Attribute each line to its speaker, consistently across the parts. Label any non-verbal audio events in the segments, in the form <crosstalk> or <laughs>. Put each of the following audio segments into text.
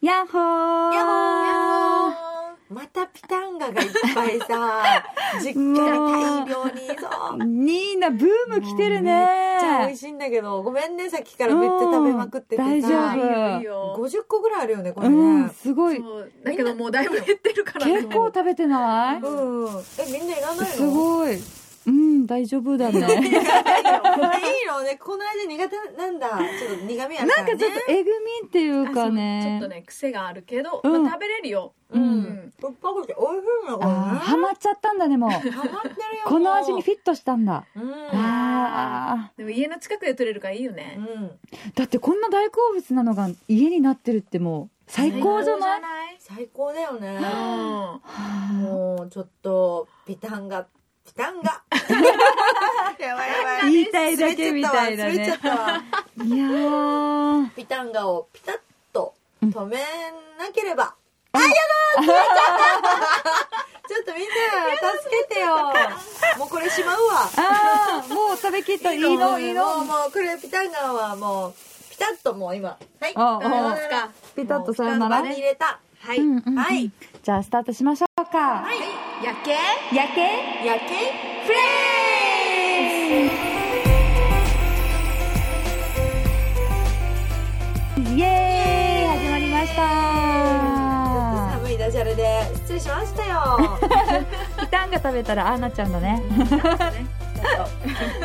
Speaker 1: やっほー
Speaker 2: やっほーまたピタンガがいっぱ
Speaker 1: <laughs>
Speaker 2: いさ、実家に大量にそう。
Speaker 1: みんなブーム来てるね
Speaker 2: めっちゃ美味しいんだけど、ごめんね、さっきからめっちゃ食べまくっててさ。
Speaker 1: うん大丈夫
Speaker 3: いいよいいよ
Speaker 2: 50個ぐらいあるよね、これ
Speaker 1: うん、
Speaker 2: ね。
Speaker 1: すごい。
Speaker 3: そうだけどもうだいぶ減ってるからね
Speaker 1: 結構食べてない
Speaker 2: うん。え、みんないらないの
Speaker 1: すごい。うん、大丈夫だね。
Speaker 2: いやいいのね、この間苦手なんだ。ちょっと苦味あるか
Speaker 1: <laughs> なん
Speaker 2: ら、ね。
Speaker 1: かちょっとえぐみってい
Speaker 3: あ
Speaker 1: う
Speaker 3: そう
Speaker 1: か
Speaker 3: ちょっと
Speaker 1: ね。
Speaker 3: ね癖があるけど、
Speaker 1: うん
Speaker 3: まあ食べれるよ
Speaker 1: う。
Speaker 2: うんん。酸っぱくて美味しいのこれね。
Speaker 1: あーハマっちゃったんだね、もう。
Speaker 2: ハマってるよ。
Speaker 1: この味にフィットしたんだ。
Speaker 2: うん。
Speaker 1: ああ。
Speaker 3: でも家の近くで取れるからいいよね
Speaker 2: うん。
Speaker 1: だってこんな大好物なのが家になってるってもう最高じゃない
Speaker 2: 最高だよね。
Speaker 3: うん
Speaker 1: は
Speaker 2: もうちょっとピタンがピタンがやばいや
Speaker 1: あ
Speaker 2: ばい
Speaker 1: 言いたいだけみたいな
Speaker 2: 滑っちゃっ
Speaker 1: ね。
Speaker 2: たわ滑っちゃったわ
Speaker 1: いやー。
Speaker 2: ピタンガをピタッと止めなければ、あやだ滑っちゃったちょっとみんな助けてよもうこれしまうわ
Speaker 1: ああ、もう食べきった。いいの、いいの。
Speaker 2: もうもうこれピタンガはもうピタッともう今はい
Speaker 1: あ
Speaker 3: あ
Speaker 1: あ
Speaker 3: そうか
Speaker 1: ピタッとさよ
Speaker 2: ピタ
Speaker 1: な
Speaker 2: ンガ
Speaker 1: ら。
Speaker 2: に入れたはい、
Speaker 1: うんうんうん
Speaker 2: はい
Speaker 1: じゃあスタートしましょうか。
Speaker 3: はいやっけ
Speaker 1: 夜景
Speaker 2: 夜景フレーズ
Speaker 1: イエーイ始まりまし
Speaker 2: ちょっと
Speaker 1: た。
Speaker 2: 寒いダジャレで失礼しましたよ
Speaker 1: ピタンが食べたらああなっちゃうんだね。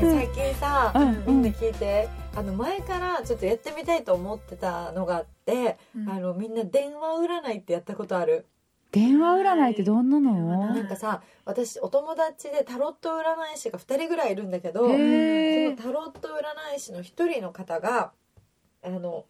Speaker 2: 最近さ、
Speaker 1: うん
Speaker 2: みんな聞いてあの前からちょっとやってみたいと思ってたのがあって、
Speaker 3: うん
Speaker 2: あのみんな電話占いってやったことある、
Speaker 1: 電話占いってどんなの
Speaker 2: なんかさ私お友達でタロット占い師が2人ぐらいいるんだけど、そ
Speaker 1: へー。
Speaker 2: のタロット占い師の1人の方があの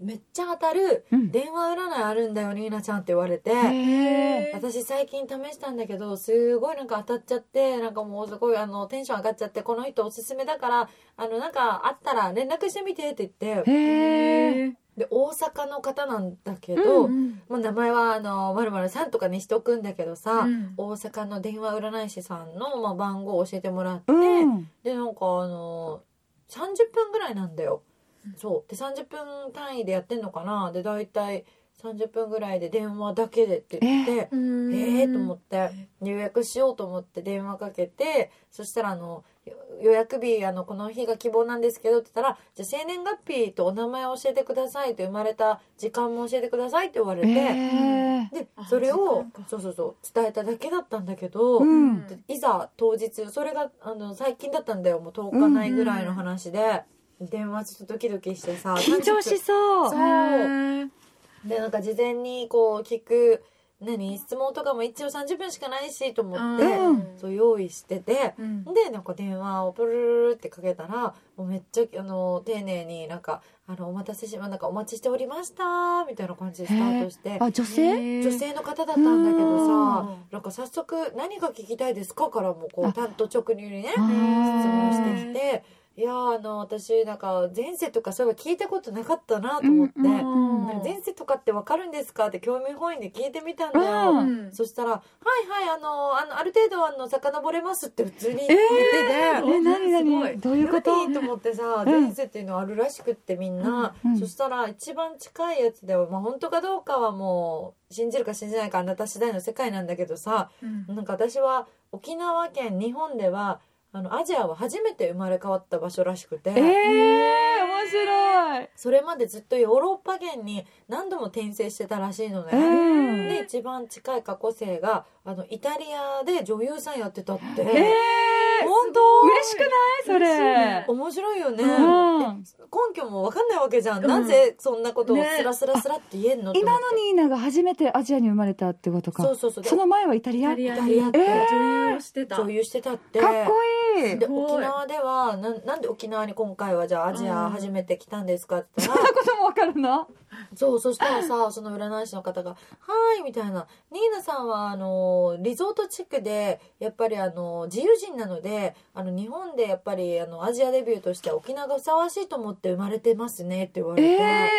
Speaker 2: めっちゃ当たる
Speaker 1: うん
Speaker 2: 電話占いあるんだよニーナちゃんって言われて、
Speaker 1: へー。
Speaker 2: 私最近試したんだけどすごいなんか当たっちゃってなんかもうすごいあのテンション上がっちゃってこの人おすすめだからあのなんかあったら連絡してみてって言って
Speaker 1: へー。
Speaker 2: で大阪の方なんだけど、
Speaker 1: う
Speaker 2: もう名前はあのまるまるさんとかにしとくんだけどさ、
Speaker 3: うん
Speaker 2: 大阪の電話占い師さんの、まあ、番号を教えてもらって、
Speaker 1: うん。
Speaker 2: でなんかあの30分ぐらいなんだよ、そうで30分単位でやってんのかなで大体30分ぐらいで電話だけでって言って。
Speaker 3: うん
Speaker 2: ええと思って予約しようと思って電話かけてそしたらあのよ予約日あのこの日が希望なんですけどって言ったら「じゃあ生年月日とお名前を教えてください」と生まれた時間も教えてくださいって言われて、
Speaker 1: へー。
Speaker 2: で
Speaker 3: あ
Speaker 2: それを
Speaker 3: 時間か
Speaker 2: そうそうそう伝えただけだったんだけど、
Speaker 1: う
Speaker 3: うん
Speaker 1: ん。
Speaker 3: で
Speaker 2: いざ当日それがあの最近だったんだよもう10日ないぐらいの話で、電話ちょっとドキドキしてさ
Speaker 1: 緊張しそう。
Speaker 2: そうでなんか事前にこう聞く何質問とかも一応30分しかないしと思って、
Speaker 1: うん
Speaker 2: そう用意してて、
Speaker 3: うん
Speaker 2: でなんか電話をプルルルってかけたらもうめっちゃあの丁寧になんかあのお待たせしまなんかお待ちしておりましたみたいな感じでスタートして
Speaker 1: あ、女性
Speaker 2: 女性の方だったんだけどさ
Speaker 3: うん
Speaker 2: なんか早速「何が聞きたいですか?」からもこ
Speaker 1: あ
Speaker 2: う単刀直入にね質
Speaker 1: あー
Speaker 2: 問してきて。いやーあの私なんか前世とかそういえば聞いたことなかったなと思って、
Speaker 1: うん
Speaker 3: うん
Speaker 2: なんか前世とかってわかるんですかって興味本位で聞いてみたんだよ、
Speaker 1: うん
Speaker 3: うん
Speaker 2: そしたら「はいはいあのあのある程度あの遡れます」って普通に言ってて、
Speaker 3: ー
Speaker 1: え、なにな
Speaker 3: すごい
Speaker 1: にどういうこと
Speaker 2: 何と思ってさ
Speaker 1: うん
Speaker 2: 前世っていうのあるらしくってみんな、
Speaker 1: うんうん
Speaker 2: そしたら一番近いやつでは、まあ、本当かどうかはもう信じるか信じないかあなた次第の世界なんだけどさ
Speaker 3: うん
Speaker 2: なんか私は沖縄県日本ではあのアジアは初めて生まれ変わった場所らしくて。
Speaker 1: えー、面白い。
Speaker 2: それまでずっとヨーロッパ圏に何度も転生してたらしいのね、
Speaker 1: うん
Speaker 2: で一番近い過去生があのイタリアで女優さんやってたっ
Speaker 1: え
Speaker 2: て、
Speaker 1: ー、
Speaker 2: 本当
Speaker 1: 嬉しくないそれ。
Speaker 3: 嬉しいね
Speaker 2: 面白いよね、
Speaker 1: うん
Speaker 2: え根拠も分かんないわけじゃん、
Speaker 3: うん
Speaker 2: なぜそんなことを
Speaker 3: ね
Speaker 2: スラスラスラって言えんのって思っ
Speaker 1: 今
Speaker 2: て
Speaker 1: のニーナが初めてアジアに生まれたってことか
Speaker 2: そうそうそうで
Speaker 1: その前はイタリア
Speaker 3: イタリ
Speaker 2: イ
Speaker 3: ア
Speaker 2: タリアって
Speaker 1: え
Speaker 3: 女優をしてた
Speaker 2: 女優してたって
Speaker 1: かっこいい
Speaker 2: で
Speaker 3: ごい
Speaker 2: 沖縄ではなんなんで沖縄に今回はじゃあアジア初めて来たんですかって言った
Speaker 1: そ
Speaker 2: ら
Speaker 1: んなこともわかるな
Speaker 2: そう、そしたら
Speaker 1: <laughs>
Speaker 2: さ、その占い師の方が、はーい、みたいな。ニーナさんは、あの、リゾート地区で、やっぱりあの、自由人なので、あの、日本でやっぱり、あの、アジアデビューとしては沖縄がふさわしいと思って生まれてますね、って言われ
Speaker 1: え
Speaker 2: て。
Speaker 1: え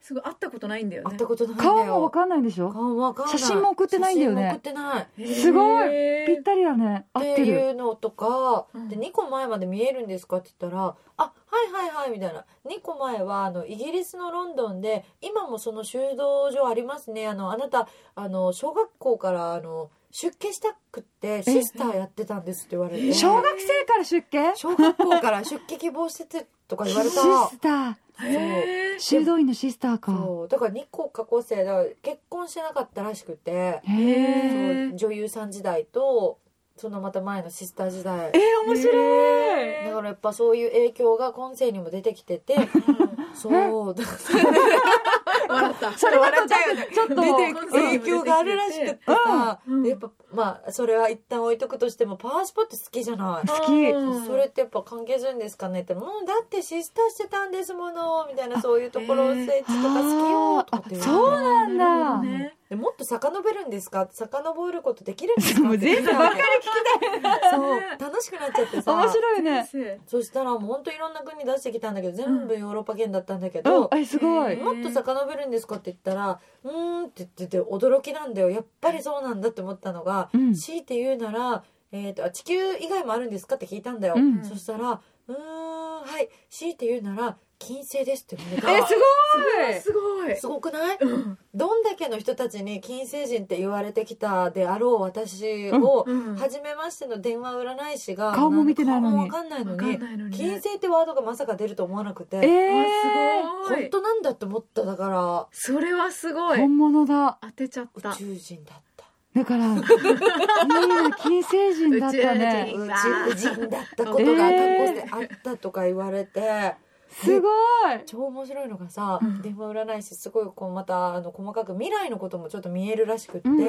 Speaker 3: すごい会ったことないんだよね
Speaker 2: 会ったことないんだよ。
Speaker 1: 顔もわかんないんでしょ
Speaker 2: 顔もわかんない。
Speaker 1: 写真も送ってないんだよね
Speaker 2: 写真も送ってない。
Speaker 1: すごい
Speaker 3: へー
Speaker 1: ぴったりだね合
Speaker 2: っ
Speaker 1: っててる
Speaker 2: いうのとか、
Speaker 3: うん
Speaker 2: で2個前まで見えるんですかって言ったら「あははいはいはい」みたいな2個前はあのイギリスのロンドンで今もその修道所ありますねあのあなたあの小学校からあの出家したくってシスターやってたんですって言われて
Speaker 3: え
Speaker 1: 小学生から出家
Speaker 2: 小学校から出家希望しててとか言わ
Speaker 1: <laughs>
Speaker 2: れ
Speaker 1: シ
Speaker 2: た
Speaker 1: スター
Speaker 3: へー
Speaker 1: 修道院のシスターか
Speaker 2: そうだから日光過去生だから結婚してなかったらしくて
Speaker 1: へえ
Speaker 2: そう女優さん時代とそのまた前のシスター時代
Speaker 1: 面白い
Speaker 2: だからやっぱそういう影響が今世にも出てきて
Speaker 1: <laughs>
Speaker 2: てそうだから
Speaker 3: 笑 <laughs> った
Speaker 1: それだとちょっ <laughs> とちょっと
Speaker 3: 出てくる
Speaker 2: 影響があるらしくってさ、
Speaker 3: うんうん
Speaker 2: でやっぱまあそれは一旦置いとくとしてもパワースポット好きじゃない
Speaker 1: 好き
Speaker 3: うん
Speaker 2: それってやっぱ関係するんですかねって「もうだってシスターしてたんですもの」みたいなそういうところを
Speaker 3: えー
Speaker 2: 聖地とか好きよとかって言われて
Speaker 1: あそうなんだ
Speaker 3: なるほどね
Speaker 2: でもっと遡るんですか遡ることできるんですか
Speaker 1: もう全部ばっかり
Speaker 2: そう楽しくなっちゃってさ
Speaker 1: 面白いね
Speaker 3: 先生
Speaker 2: そしたらもうほんといろんな国出してきたんだけど全部ヨーロッパ圏だったんだけ
Speaker 1: うん
Speaker 2: ど、
Speaker 1: えすごい
Speaker 3: うん
Speaker 2: もっと遡るんですかって言ったら「うーん」って言ってて驚きなんだよやっぱりそうなんだって思ったのが、
Speaker 1: うん
Speaker 2: 強いて言うなら、えーとあ「地球以外もあるんですか?」って聞いたんだよ、
Speaker 1: うん
Speaker 2: そしたら「うーんはい強いて言うなら金星です」って言わ
Speaker 1: え
Speaker 2: れ
Speaker 1: す
Speaker 2: た
Speaker 1: ごい
Speaker 3: すごい
Speaker 2: すごくない
Speaker 3: うん
Speaker 2: どんだけの人たちに金星人って言われてきたであろう私を、
Speaker 3: うん
Speaker 2: 初めましての電話占い師が
Speaker 1: 顔も見てないのに
Speaker 2: 顔もわかんないの
Speaker 3: わかん
Speaker 2: に
Speaker 3: ないのに
Speaker 2: 金星ってワードがまさか出ると思わなく
Speaker 1: え
Speaker 2: て
Speaker 1: え
Speaker 3: あすごい
Speaker 2: 本当なんだって思っただか
Speaker 3: それはすごい
Speaker 1: 本物だ
Speaker 3: 当てちゃっ
Speaker 2: ら
Speaker 3: た
Speaker 2: 宇宙人だった
Speaker 1: だからいいな金星人だったね
Speaker 3: うわー
Speaker 2: 宇宙人だったことが過去であったとか言われて、
Speaker 1: すごい
Speaker 2: 超面白いのがさ、
Speaker 3: うん
Speaker 2: 電話占い師すごいこうまたあの細かく未来のこともちょっと見えるらしくって、
Speaker 1: うん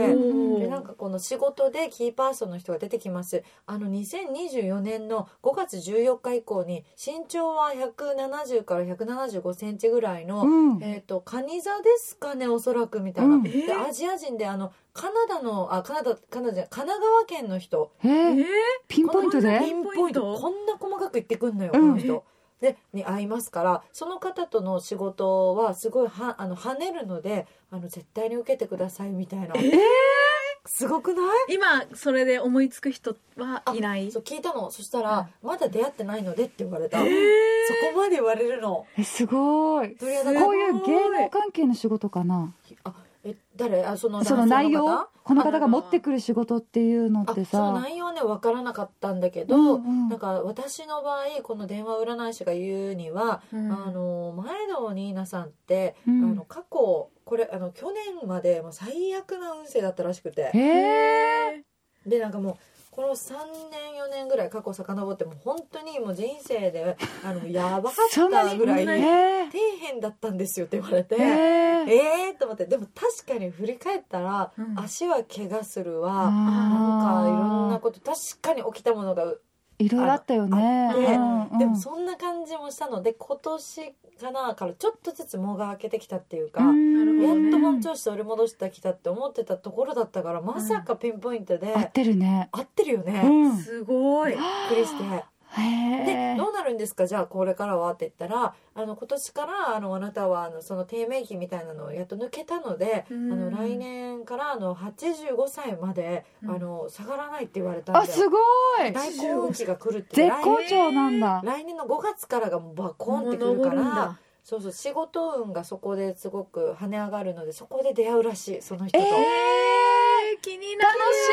Speaker 3: おー
Speaker 2: でなんかこの仕事でキーパーソンの人が出てきますあの2024年の5月14日以降に身長は170から175センチぐらいの、
Speaker 1: うん
Speaker 2: えっ、とカニ座ですかねおそらくみたいな、
Speaker 1: うん
Speaker 3: え
Speaker 2: で
Speaker 3: ー
Speaker 2: アジア人であのカナダのあカナダカナダじゃない神奈川県の人
Speaker 1: え
Speaker 3: え
Speaker 1: ー
Speaker 3: ー
Speaker 1: ピンポイントで
Speaker 2: ピンポイントこんな細かく言ってくんのよ、
Speaker 1: うん
Speaker 2: この人でに会いますからその方との仕事はすごいはあの跳ねるのであの絶対に受けてくださいみたいな、すごくない
Speaker 3: 今それで思いつく人はいない
Speaker 2: そう聞いたのそしたら、まだ出会ってないので」って言われた、そこまで言われるの
Speaker 1: えすごい
Speaker 2: とりあえず
Speaker 1: こういう芸能関係の仕事かな
Speaker 2: あえ誰あその
Speaker 1: その内
Speaker 2: 男性の
Speaker 1: 容
Speaker 2: 方
Speaker 1: この方が持ってくる仕事っていうのっ
Speaker 2: あ
Speaker 1: て
Speaker 2: その
Speaker 1: さ
Speaker 2: 内容ね分からなかったんだけど、
Speaker 1: うんうん
Speaker 2: なんか私の場合この電話占い師が言うには、
Speaker 3: うん
Speaker 2: あの前野ニーナさんって、
Speaker 1: うん
Speaker 2: あの過去これあの去年までもう最悪な運勢だったらしく
Speaker 1: へ
Speaker 2: て
Speaker 1: え
Speaker 2: でなんかもうこの3年4年ぐらい過去遡ってもう本当にもう人生であのやばか
Speaker 1: <laughs> そ
Speaker 2: っ
Speaker 1: んな
Speaker 2: た
Speaker 1: に
Speaker 2: ぐらい
Speaker 1: へ
Speaker 2: 底
Speaker 1: え
Speaker 2: 辺だったんですよって言われて、
Speaker 1: へ
Speaker 2: え
Speaker 1: え
Speaker 2: ーと思ってでも確かに振り返ったら、
Speaker 3: うん
Speaker 2: 足は怪我するわ、なんかいろんな
Speaker 1: あー
Speaker 2: こと確かに起きたものが
Speaker 1: いろいろあったよね
Speaker 2: あって
Speaker 1: うんうん
Speaker 2: でもそんな感じもしたので今年かなからちょっとずつ間が空けてきたっていうか、
Speaker 1: うん
Speaker 2: やっと本調子取り戻してきたって思ってたところだったからまさかピンポイントで、
Speaker 1: 合ってるね
Speaker 2: 合ってるよね、びっ
Speaker 1: うん
Speaker 3: すごい
Speaker 2: くりして。
Speaker 1: へ
Speaker 2: で
Speaker 1: え
Speaker 2: どうなるんですかじゃあこれからはって言ったらあの今年からあのあなたはあのその低迷期みたいなのをやっと抜けたので、
Speaker 3: うん
Speaker 2: あの来年からあの85歳まで、あの下がらないって言われた
Speaker 1: あ
Speaker 2: んですよ
Speaker 1: ごい
Speaker 2: 大好運期が来るって
Speaker 1: 絶
Speaker 2: 来
Speaker 1: 好調なんだ
Speaker 2: 来年の5月からがもうバコンってくるか
Speaker 3: 登るん
Speaker 2: ら
Speaker 3: だ
Speaker 2: そうそう仕事運がそこですごく跳ね上がるのでそこで出会うらしいその人
Speaker 1: え
Speaker 2: と、
Speaker 1: ー
Speaker 3: えー気にな
Speaker 1: 楽
Speaker 3: る
Speaker 1: し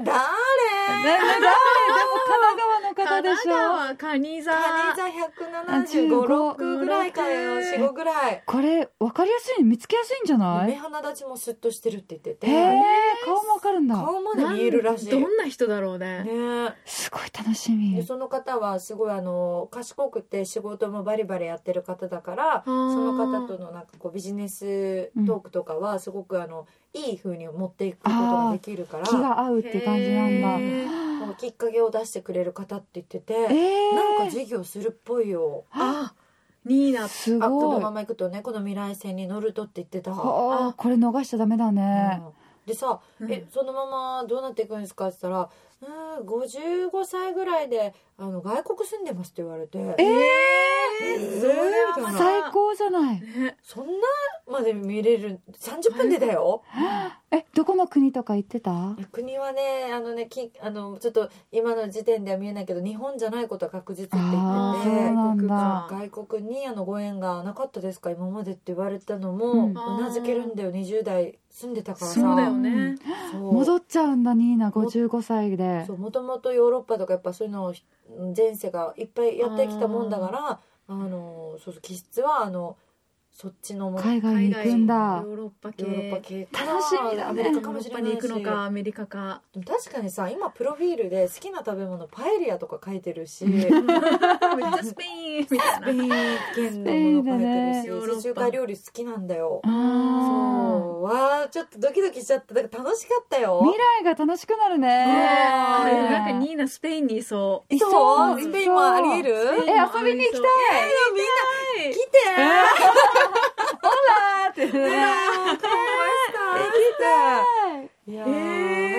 Speaker 1: みね
Speaker 2: 誰
Speaker 1: ねね誰でも神奈川の方でし
Speaker 3: 神
Speaker 1: ょ
Speaker 3: 奈川カニ座
Speaker 2: カニ座1756ぐらいかよ
Speaker 3: えー
Speaker 2: 45ぐらい
Speaker 1: これ分かりやすい見つけやすいんじゃな
Speaker 2: 目
Speaker 1: い
Speaker 2: 鼻立ちもスッとしてるって言って
Speaker 1: へえ
Speaker 2: て
Speaker 1: 顔も分かるんだ
Speaker 2: 顔まで見えるらしい
Speaker 3: なん
Speaker 2: ね
Speaker 3: どんな人だろうね
Speaker 1: すごい楽し
Speaker 2: で
Speaker 1: み
Speaker 2: その方はすごいあの賢くて仕事もバリバリやってる方だから
Speaker 3: そ
Speaker 2: その方とのなんかこうビジネストークとかはすごくあのいい風に持っていくことができるから
Speaker 1: 気が合うって感じなんだ
Speaker 2: もうきっかけを出してくれる方って言ってて、
Speaker 1: えー
Speaker 2: なんか授業するっぽいよ。
Speaker 3: あニーナ
Speaker 1: す
Speaker 2: あこの
Speaker 1: ごい
Speaker 2: まま行くとねこの未来線に乗るとって言ってた。
Speaker 1: あ
Speaker 3: あ
Speaker 1: ーこれ逃しちゃダメだね
Speaker 2: うんでさ、
Speaker 3: うん
Speaker 2: えそのままどうなっていくんですかって言ったら「うーん55歳ぐらいであの外国住んでます」って言われて
Speaker 1: え
Speaker 2: えー
Speaker 3: それはま
Speaker 2: みたい
Speaker 3: だ
Speaker 2: な
Speaker 1: 最高じゃない
Speaker 3: ね
Speaker 2: そんなまで見れる30分でだよ、
Speaker 1: え、どこの国とか行ってた
Speaker 2: 国はねあのねきあのちょっと今の時点では見えないけど日本じゃないことは確実って言ってて
Speaker 1: あーそうなんだ
Speaker 2: 外国にあのご縁がなかったですか今までって言われたの
Speaker 1: う
Speaker 2: も
Speaker 1: ん
Speaker 2: うなずけるんだよ20代住んでたからさ
Speaker 3: そうだよね。
Speaker 2: そう
Speaker 1: 戻っちゃうんだ、ニーナ、55歳で
Speaker 2: そ。うもともとヨーロッパとかやっぱそういうのを前世がいっぱいやってきたもんだからあのそうそう気質はあのそっちのも
Speaker 1: 海外に行くんだ
Speaker 3: ヨ。ーロッパ系。
Speaker 2: ヨーロッパ系か
Speaker 1: 楽しみだね
Speaker 2: アメ
Speaker 3: ヨ
Speaker 2: リ
Speaker 3: ー
Speaker 2: カ
Speaker 3: ロ
Speaker 2: かもし
Speaker 3: ッ
Speaker 2: れ
Speaker 3: パ
Speaker 2: な
Speaker 3: に
Speaker 2: い
Speaker 3: 行く
Speaker 2: し
Speaker 3: のか、アメリカか。
Speaker 2: でも確かにさ今プロフィールで好きな食べ物パエリアとか書いてるし
Speaker 3: め
Speaker 2: ス
Speaker 3: っちゃスペインみたい
Speaker 2: ペ
Speaker 3: な。
Speaker 2: イン圏のもの書いて
Speaker 3: ヨー
Speaker 2: るし
Speaker 3: ロッパ
Speaker 2: 地中華料理好きなんだよ
Speaker 1: あ
Speaker 2: そうわあちょっとドキドキしちゃっただから楽しかった
Speaker 1: あ。
Speaker 2: よ
Speaker 1: 未来が楽しくなるね。
Speaker 3: あーでもなん
Speaker 1: ね
Speaker 3: かニーナスペインにいそう。
Speaker 1: い
Speaker 2: そう
Speaker 1: い
Speaker 2: スペインもありえる
Speaker 3: スペ
Speaker 1: え、
Speaker 3: イン
Speaker 1: 遊びに行きたい。
Speaker 2: みんな来て
Speaker 1: あらーって。
Speaker 2: うわーかわいそういやー
Speaker 3: え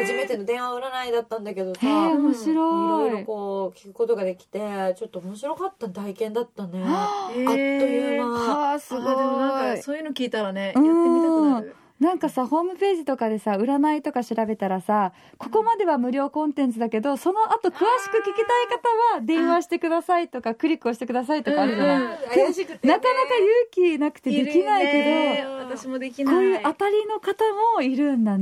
Speaker 3: ー
Speaker 2: 初めての電話占いだったんだけどさ、
Speaker 1: えー、面
Speaker 2: いろい
Speaker 1: 白
Speaker 2: ろ
Speaker 1: い。
Speaker 2: こう聞くことができてちょっと面白かった体験だったねあ
Speaker 1: あ
Speaker 2: っという間、
Speaker 1: あー、す
Speaker 3: あ
Speaker 1: ご
Speaker 3: ーでもなん
Speaker 1: い
Speaker 3: か。そういうの聞いたらねやっ
Speaker 1: う
Speaker 3: てみたく
Speaker 1: ん
Speaker 3: なる
Speaker 1: なんかさ、ホームページとかでさ、占いとか調べたらさ、ここまでは無料コンテンツだけど、その後詳しく聞きたい方は、電話してくださいとか、クリックをしてくださいとかあるじゃない、
Speaker 3: うん
Speaker 1: なか
Speaker 2: 怪しくて、ね、
Speaker 1: なか勇気なくてできない
Speaker 3: るよ
Speaker 1: け
Speaker 3: ね私もでき
Speaker 1: ど、
Speaker 3: ない
Speaker 1: こういう当たりの方もいるんだ
Speaker 2: うん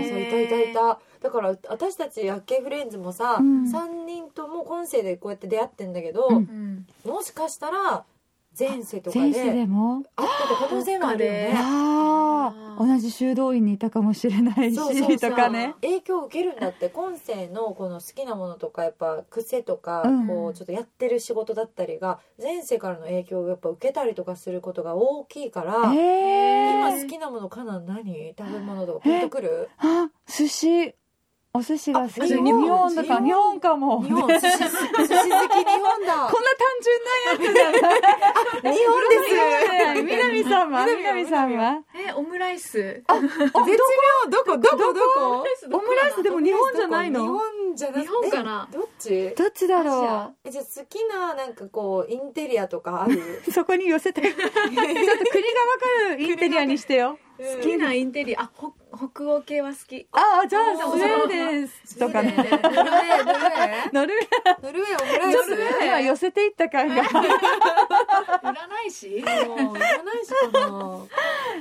Speaker 1: ね。
Speaker 2: そういたいたいただから私たち夜景フレンズもさ、
Speaker 1: うん
Speaker 2: 3人とも今世でこうやって出会ってんだけど、
Speaker 1: うん
Speaker 3: うん
Speaker 2: もしかしたら前世とか
Speaker 1: 前
Speaker 2: で会って
Speaker 1: 世でも、
Speaker 2: た可能性もあるよね
Speaker 1: ああ、同じ修道院にいたかもしれないし、
Speaker 2: そうそうそう
Speaker 1: とかね。
Speaker 2: 影響を受けるんだって今世のこの好きなものとかやっぱ癖とか、
Speaker 1: うん
Speaker 2: こうちょっとやってる仕事だったりが前世からの影響をやっぱ受けたりとかすることが大きいから、
Speaker 1: え
Speaker 2: 今
Speaker 1: え
Speaker 2: 好きなものかな何食べ物とかピンとくる
Speaker 1: あ、寿司。お寿司が好
Speaker 2: あ
Speaker 1: き。
Speaker 2: 日
Speaker 1: 日
Speaker 2: 本
Speaker 1: 本だか
Speaker 2: 日
Speaker 1: ら、
Speaker 2: 本
Speaker 1: 日本かも。
Speaker 2: 日本寿司寿司好き日本だ
Speaker 1: こんな単純なやつなんだ。
Speaker 2: 日本です
Speaker 1: <laughs> ねえ南さんは南さんは
Speaker 3: えオムライス
Speaker 2: 絶妙どこどこどこ
Speaker 1: オムライスでも日本じゃない
Speaker 2: 日
Speaker 1: の
Speaker 2: 本じゃなくて
Speaker 3: 日本かな
Speaker 2: どっち
Speaker 1: どっちだ
Speaker 3: アジ
Speaker 1: ろ
Speaker 3: ア
Speaker 2: えじゃあ好きななんかこうインテリアとかある
Speaker 1: うそこに寄 <laughs> せてちょっと国がわかるインテリアにしてよ
Speaker 3: 好きなインテリアあほ北欧系は好き
Speaker 1: <laughs> ああじゃ
Speaker 2: あ
Speaker 1: あスウェーデンとか
Speaker 2: ね
Speaker 1: ね
Speaker 2: ノルウェーノルウェー
Speaker 1: ノルウェ
Speaker 2: ノルウェーオムラ
Speaker 1: ー
Speaker 2: イ
Speaker 1: ち
Speaker 2: ス
Speaker 1: ょっと今寄せていった感が
Speaker 3: 占い師
Speaker 2: もういらないしかな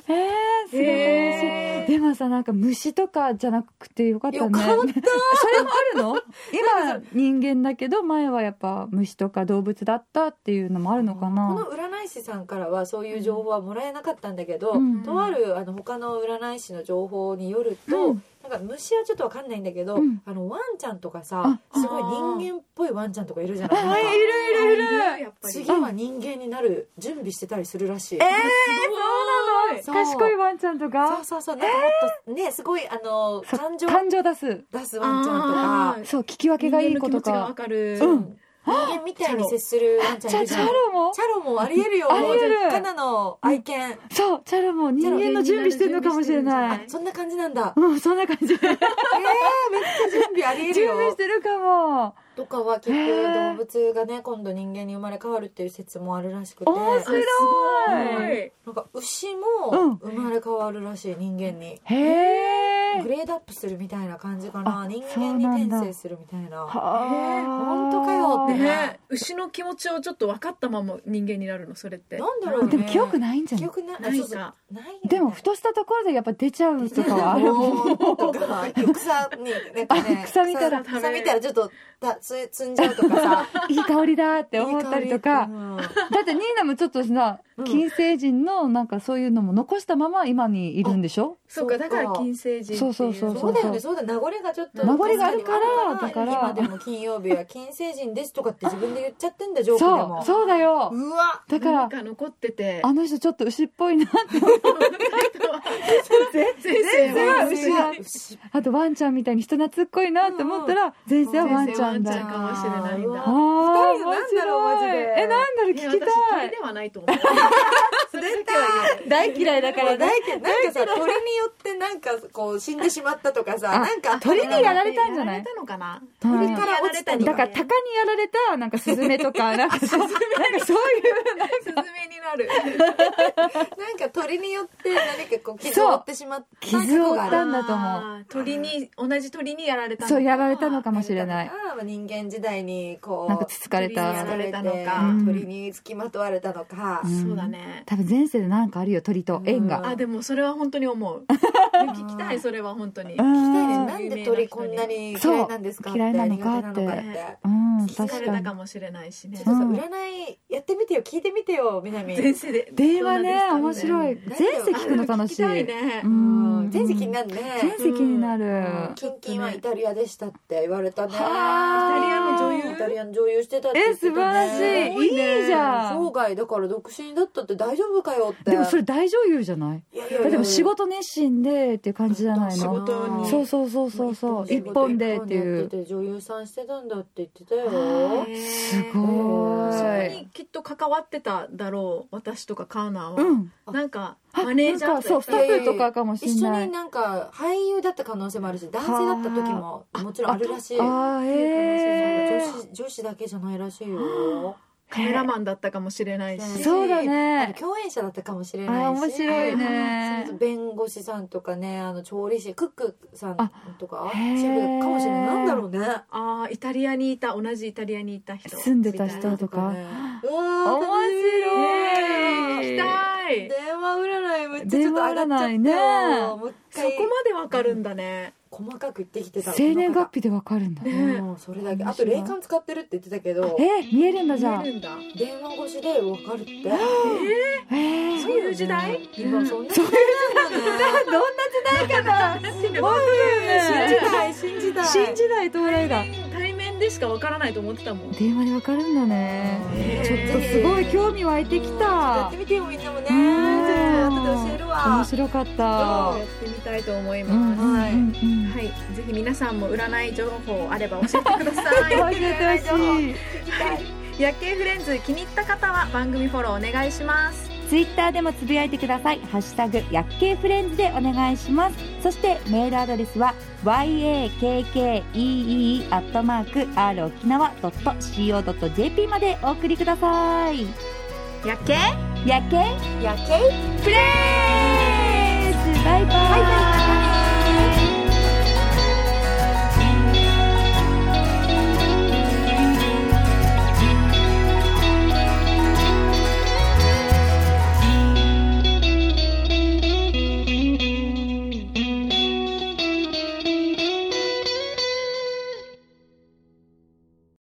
Speaker 1: えーすごい面白い
Speaker 3: へー
Speaker 1: でもさなんか虫とかじゃなくてよかったね
Speaker 2: よか
Speaker 1: <laughs>
Speaker 2: っ
Speaker 1: それもあるの今人間だけど前はやっぱ虫とか動物だったっていうのもあるのか
Speaker 2: こ
Speaker 1: な
Speaker 2: の占い師さんからはそういう情報はもらえなかったんだけど、
Speaker 1: うん
Speaker 2: とあるあの他の占い師の情報によると、
Speaker 1: うん
Speaker 2: なんか虫はちょっとわかんないんだけど、
Speaker 1: うん
Speaker 2: あのワンちゃんとかさ
Speaker 1: あ
Speaker 2: すごい人間っぽいワンちゃんとかいるじゃない
Speaker 1: あい
Speaker 2: なんか
Speaker 1: るいるいる
Speaker 3: やっぱり
Speaker 2: 次は人間になる準備してたりするらしい。
Speaker 1: えー
Speaker 2: い
Speaker 1: そうなの賢いワンちゃんとか
Speaker 2: そうそうそうなんかもっとねすごいあの
Speaker 1: そう
Speaker 2: 感情
Speaker 1: 感情出す
Speaker 2: 出すワンちゃんとか
Speaker 3: あー
Speaker 1: そう聞き分けがいい子と
Speaker 3: 人間の気持ちがわ
Speaker 1: か
Speaker 3: かる
Speaker 1: うん
Speaker 2: 人間みたいに接するワンちゃ
Speaker 1: チ
Speaker 2: んい
Speaker 1: ャ
Speaker 2: るじ
Speaker 1: チ
Speaker 2: ゃん
Speaker 1: ャロも
Speaker 2: チャロもありえるよ
Speaker 1: ありえる
Speaker 2: カナの愛犬
Speaker 1: そうチャロも人間の準備してるのかもしれな
Speaker 2: あ
Speaker 1: い
Speaker 2: そんな感じなんだ
Speaker 1: うんそんな感じ準
Speaker 2: えー、めっちゃ準備ありえる
Speaker 1: 備
Speaker 2: よ
Speaker 1: してるかも
Speaker 2: とかは結
Speaker 1: へ
Speaker 2: 局動
Speaker 1: ー
Speaker 2: 物がね今度人間に生まれ変わるっていう説もあるらしくて
Speaker 1: 面白い
Speaker 3: い
Speaker 2: なんか牛
Speaker 1: う
Speaker 2: も
Speaker 1: ん
Speaker 2: 生まれ変わるらしい人間に
Speaker 1: へ
Speaker 2: グ
Speaker 1: え
Speaker 2: レードアップするみたいな感じかな
Speaker 1: あ
Speaker 2: 人
Speaker 1: そう
Speaker 2: 間に
Speaker 1: なんだ
Speaker 2: 転生するみたいな
Speaker 1: は
Speaker 2: 本当かよって
Speaker 3: ね牛の気持ちをちょっと分かったまま人間になるのそれって
Speaker 2: なんだろうね
Speaker 1: でも記憶ないんじゃ
Speaker 2: 記
Speaker 1: ない
Speaker 2: 憶ないあ
Speaker 3: ない
Speaker 2: そうそう
Speaker 3: か
Speaker 2: ないよね
Speaker 1: でもふとしたところでやっぱ出ちゃうとかはあるもん
Speaker 2: とか
Speaker 1: <laughs>
Speaker 2: 草になんかね
Speaker 1: あ草見たら
Speaker 2: 草見たらちょっとたつ積んじゃうとか
Speaker 1: <laughs>
Speaker 2: さ
Speaker 1: いい香りだって思ったりと
Speaker 2: いい
Speaker 1: か
Speaker 2: 香
Speaker 1: だってニーナもちょっとさ
Speaker 2: うん
Speaker 1: 金星人のなんかそういうのも残したまま今にいるんでしょ
Speaker 3: そうか
Speaker 2: そっ
Speaker 3: だ
Speaker 2: か
Speaker 3: から金星人ってい
Speaker 1: そうそうそう
Speaker 2: り
Speaker 1: そ
Speaker 2: そううだよねそうだよ名残がちょっと
Speaker 1: 名残があるから
Speaker 2: 確に
Speaker 1: だから
Speaker 2: 今でも金曜日は金星人ですとかって自分で言っちゃってんだジョークで
Speaker 1: そ
Speaker 2: も
Speaker 1: うそうだよ
Speaker 2: うわ
Speaker 1: だか
Speaker 3: な
Speaker 1: ら
Speaker 3: んか残ってて
Speaker 1: あの人ちょっと牛っぽいな
Speaker 3: なんか先生は
Speaker 1: 全
Speaker 3: 牛
Speaker 1: 然違うあとワンちゃんみたいに人懐っこいなって思ったら前世はワンちゃん
Speaker 3: 先生
Speaker 1: だ。
Speaker 3: かもしれない
Speaker 1: あー
Speaker 2: 二
Speaker 3: んだ
Speaker 2: 人なんだろ
Speaker 1: 面
Speaker 2: う
Speaker 1: 白い
Speaker 2: マジで
Speaker 1: えなんだろう聞
Speaker 3: いや
Speaker 1: き
Speaker 3: 私
Speaker 1: た
Speaker 3: 鳥
Speaker 1: い
Speaker 3: ではないと思うそれだけは言える
Speaker 1: 大嫌いだ
Speaker 2: から大嫌いなんかさ鳥によってなんかこう死んでしまったとかさ
Speaker 1: あ
Speaker 2: なんか
Speaker 1: <laughs> 鳥にやられたんじゃ
Speaker 3: や
Speaker 1: な
Speaker 3: ら
Speaker 1: い
Speaker 3: れたのかな
Speaker 1: 鳥
Speaker 2: から落ちたり
Speaker 1: だから鷹にやられたなんかスズメとかなんかそうなんかそういう
Speaker 3: ス <laughs> ズメになる
Speaker 2: なんか鳥によって何かこう傷を負ってしまった
Speaker 1: 傷を負っ
Speaker 2: 過去がある
Speaker 1: たんだと思う
Speaker 3: あー鳥に同じ鳥にやられたのか
Speaker 1: そうやられたのかもしれない
Speaker 2: ああ人間時代にこう
Speaker 1: なんかつつかれ
Speaker 3: 鳥にや
Speaker 1: た
Speaker 3: られたのか
Speaker 2: うん鳥につきまとわれたのか、
Speaker 1: うん
Speaker 3: そうだね
Speaker 1: 多分前世でなんかあるよ鳥と縁が
Speaker 3: あでもそれは本当に思う聞きたいそれは本当に
Speaker 1: うん
Speaker 2: 聞きたいねなんで鳥こんなに嫌いなんですかって
Speaker 1: そう嫌いなのかって
Speaker 2: 苦手なの
Speaker 1: うん
Speaker 2: 聞き
Speaker 1: 確
Speaker 3: 疲れ
Speaker 1: か
Speaker 3: た
Speaker 1: に
Speaker 3: かもしれないしね
Speaker 2: ちょっとさ
Speaker 1: うん
Speaker 2: 占いやってみてよ聞いてみてよ南
Speaker 3: 前世で
Speaker 1: 電話ね
Speaker 3: そうなん
Speaker 1: 面
Speaker 3: です
Speaker 1: 白い
Speaker 2: ね
Speaker 1: 前世聞くの楽しい
Speaker 3: あでも聞きたいね
Speaker 1: う
Speaker 2: うんん前世気になるね
Speaker 1: 前世気になる、
Speaker 3: うん
Speaker 2: キンキンはイタリアでしたって言われたねイ
Speaker 1: はあ
Speaker 2: タリアの女優
Speaker 3: イ
Speaker 2: イ
Speaker 3: タ
Speaker 2: タリアの女優してたって言
Speaker 1: え
Speaker 2: って
Speaker 1: 素晴
Speaker 2: た
Speaker 1: ら
Speaker 2: ね
Speaker 1: し
Speaker 3: す
Speaker 1: い、
Speaker 3: ごいね
Speaker 1: いいじゃ
Speaker 2: 生
Speaker 1: ん
Speaker 2: 涯だから独身だったって大丈夫かよって
Speaker 1: でもそれ大女優じゃない
Speaker 2: いやいやいや
Speaker 1: だってもう仕事熱心でっていう感じじゃない
Speaker 3: 仕
Speaker 1: の
Speaker 3: 事に
Speaker 1: そうそうそうそうそう一
Speaker 2: 仕事
Speaker 1: 本でってい
Speaker 2: や
Speaker 1: う
Speaker 2: てて女優さんしてたんだって言ってたよ
Speaker 1: は
Speaker 3: す
Speaker 1: すご
Speaker 3: そこ
Speaker 1: い
Speaker 3: にきっと関わってただろう私とかカーナー
Speaker 1: う
Speaker 3: は、
Speaker 1: ん
Speaker 3: なんかマネージャ
Speaker 1: なん
Speaker 3: ー
Speaker 1: か
Speaker 3: と
Speaker 1: そう
Speaker 3: か
Speaker 1: ス
Speaker 2: い
Speaker 1: タ
Speaker 2: やいや
Speaker 1: ッフとかかもしれ
Speaker 2: 一緒
Speaker 1: ない
Speaker 2: になんか俳優だった可能性もあるし男性だった時ももちろんあるらしい
Speaker 1: あーへ
Speaker 2: 女
Speaker 1: ー
Speaker 2: 子女子だけじゃないらしいよ
Speaker 3: カメラマンだったかもしれないし、
Speaker 2: ね
Speaker 1: そうだ
Speaker 2: あの
Speaker 1: ね
Speaker 2: 共演者だったかもしれ
Speaker 1: あ
Speaker 2: ないし
Speaker 1: ー面白いね
Speaker 2: そう弁護士さんとかねあの調理師クックさんとか
Speaker 1: あ
Speaker 2: シ
Speaker 1: へー
Speaker 2: ェフかもしれないなんだろうね
Speaker 3: ああイタリアにいた同じイタリアにいた人
Speaker 1: 住んでた人とか
Speaker 2: ねう
Speaker 1: 面
Speaker 2: わー
Speaker 1: 白
Speaker 3: 行
Speaker 1: い
Speaker 3: きたい
Speaker 2: 電話占いめっちゃちょっと上がっちゃった
Speaker 1: 電話
Speaker 2: よ
Speaker 1: 占いね
Speaker 2: もう一
Speaker 3: そ
Speaker 2: 回
Speaker 3: こまでわかるんだね、
Speaker 2: 細かく言ってきてた
Speaker 1: 生年月日でわかるんだね
Speaker 3: ね
Speaker 2: うんそれだけあと霊感使ってるって言ってたけど
Speaker 1: えー見えるんだじゃあ
Speaker 3: 見えるんだ
Speaker 2: 電話越しで分かるって
Speaker 1: えー
Speaker 3: そういう時代
Speaker 2: 今そんな時代なんだね
Speaker 1: どんな時代かな
Speaker 3: 信
Speaker 1: 本当
Speaker 2: 信
Speaker 1: よ
Speaker 2: じ
Speaker 1: ね
Speaker 2: たい信じたい
Speaker 1: 新時代到来だ
Speaker 3: 対面でしかわからないと思ってたもん
Speaker 1: 電話でわかるんだね
Speaker 3: へー
Speaker 1: ちょっとすごい興味湧いてき
Speaker 2: や
Speaker 1: た
Speaker 2: ってみてよみんなもねちょ
Speaker 1: ね
Speaker 2: っと後で教える
Speaker 1: 面
Speaker 2: わ
Speaker 1: 白かった
Speaker 3: やってみたいと思い
Speaker 1: うん
Speaker 3: ます、
Speaker 1: うんうんうん
Speaker 3: はい、ぜひ皆さんも占い情報あれば教えてくださ
Speaker 1: <laughs>
Speaker 3: い
Speaker 1: 教えてほしい
Speaker 3: 夜景フレンズ気に入った方は番組フォローお願いします
Speaker 1: ツイッターでもつぶやいてください「ハッシュタグ薬系フレンズ」でお願いしますそしてメールアドレスは yakkee.r-okinawa.co.jp までお送りください
Speaker 3: 夜景
Speaker 1: 薬系
Speaker 2: 夜景
Speaker 1: フレンズバイバイ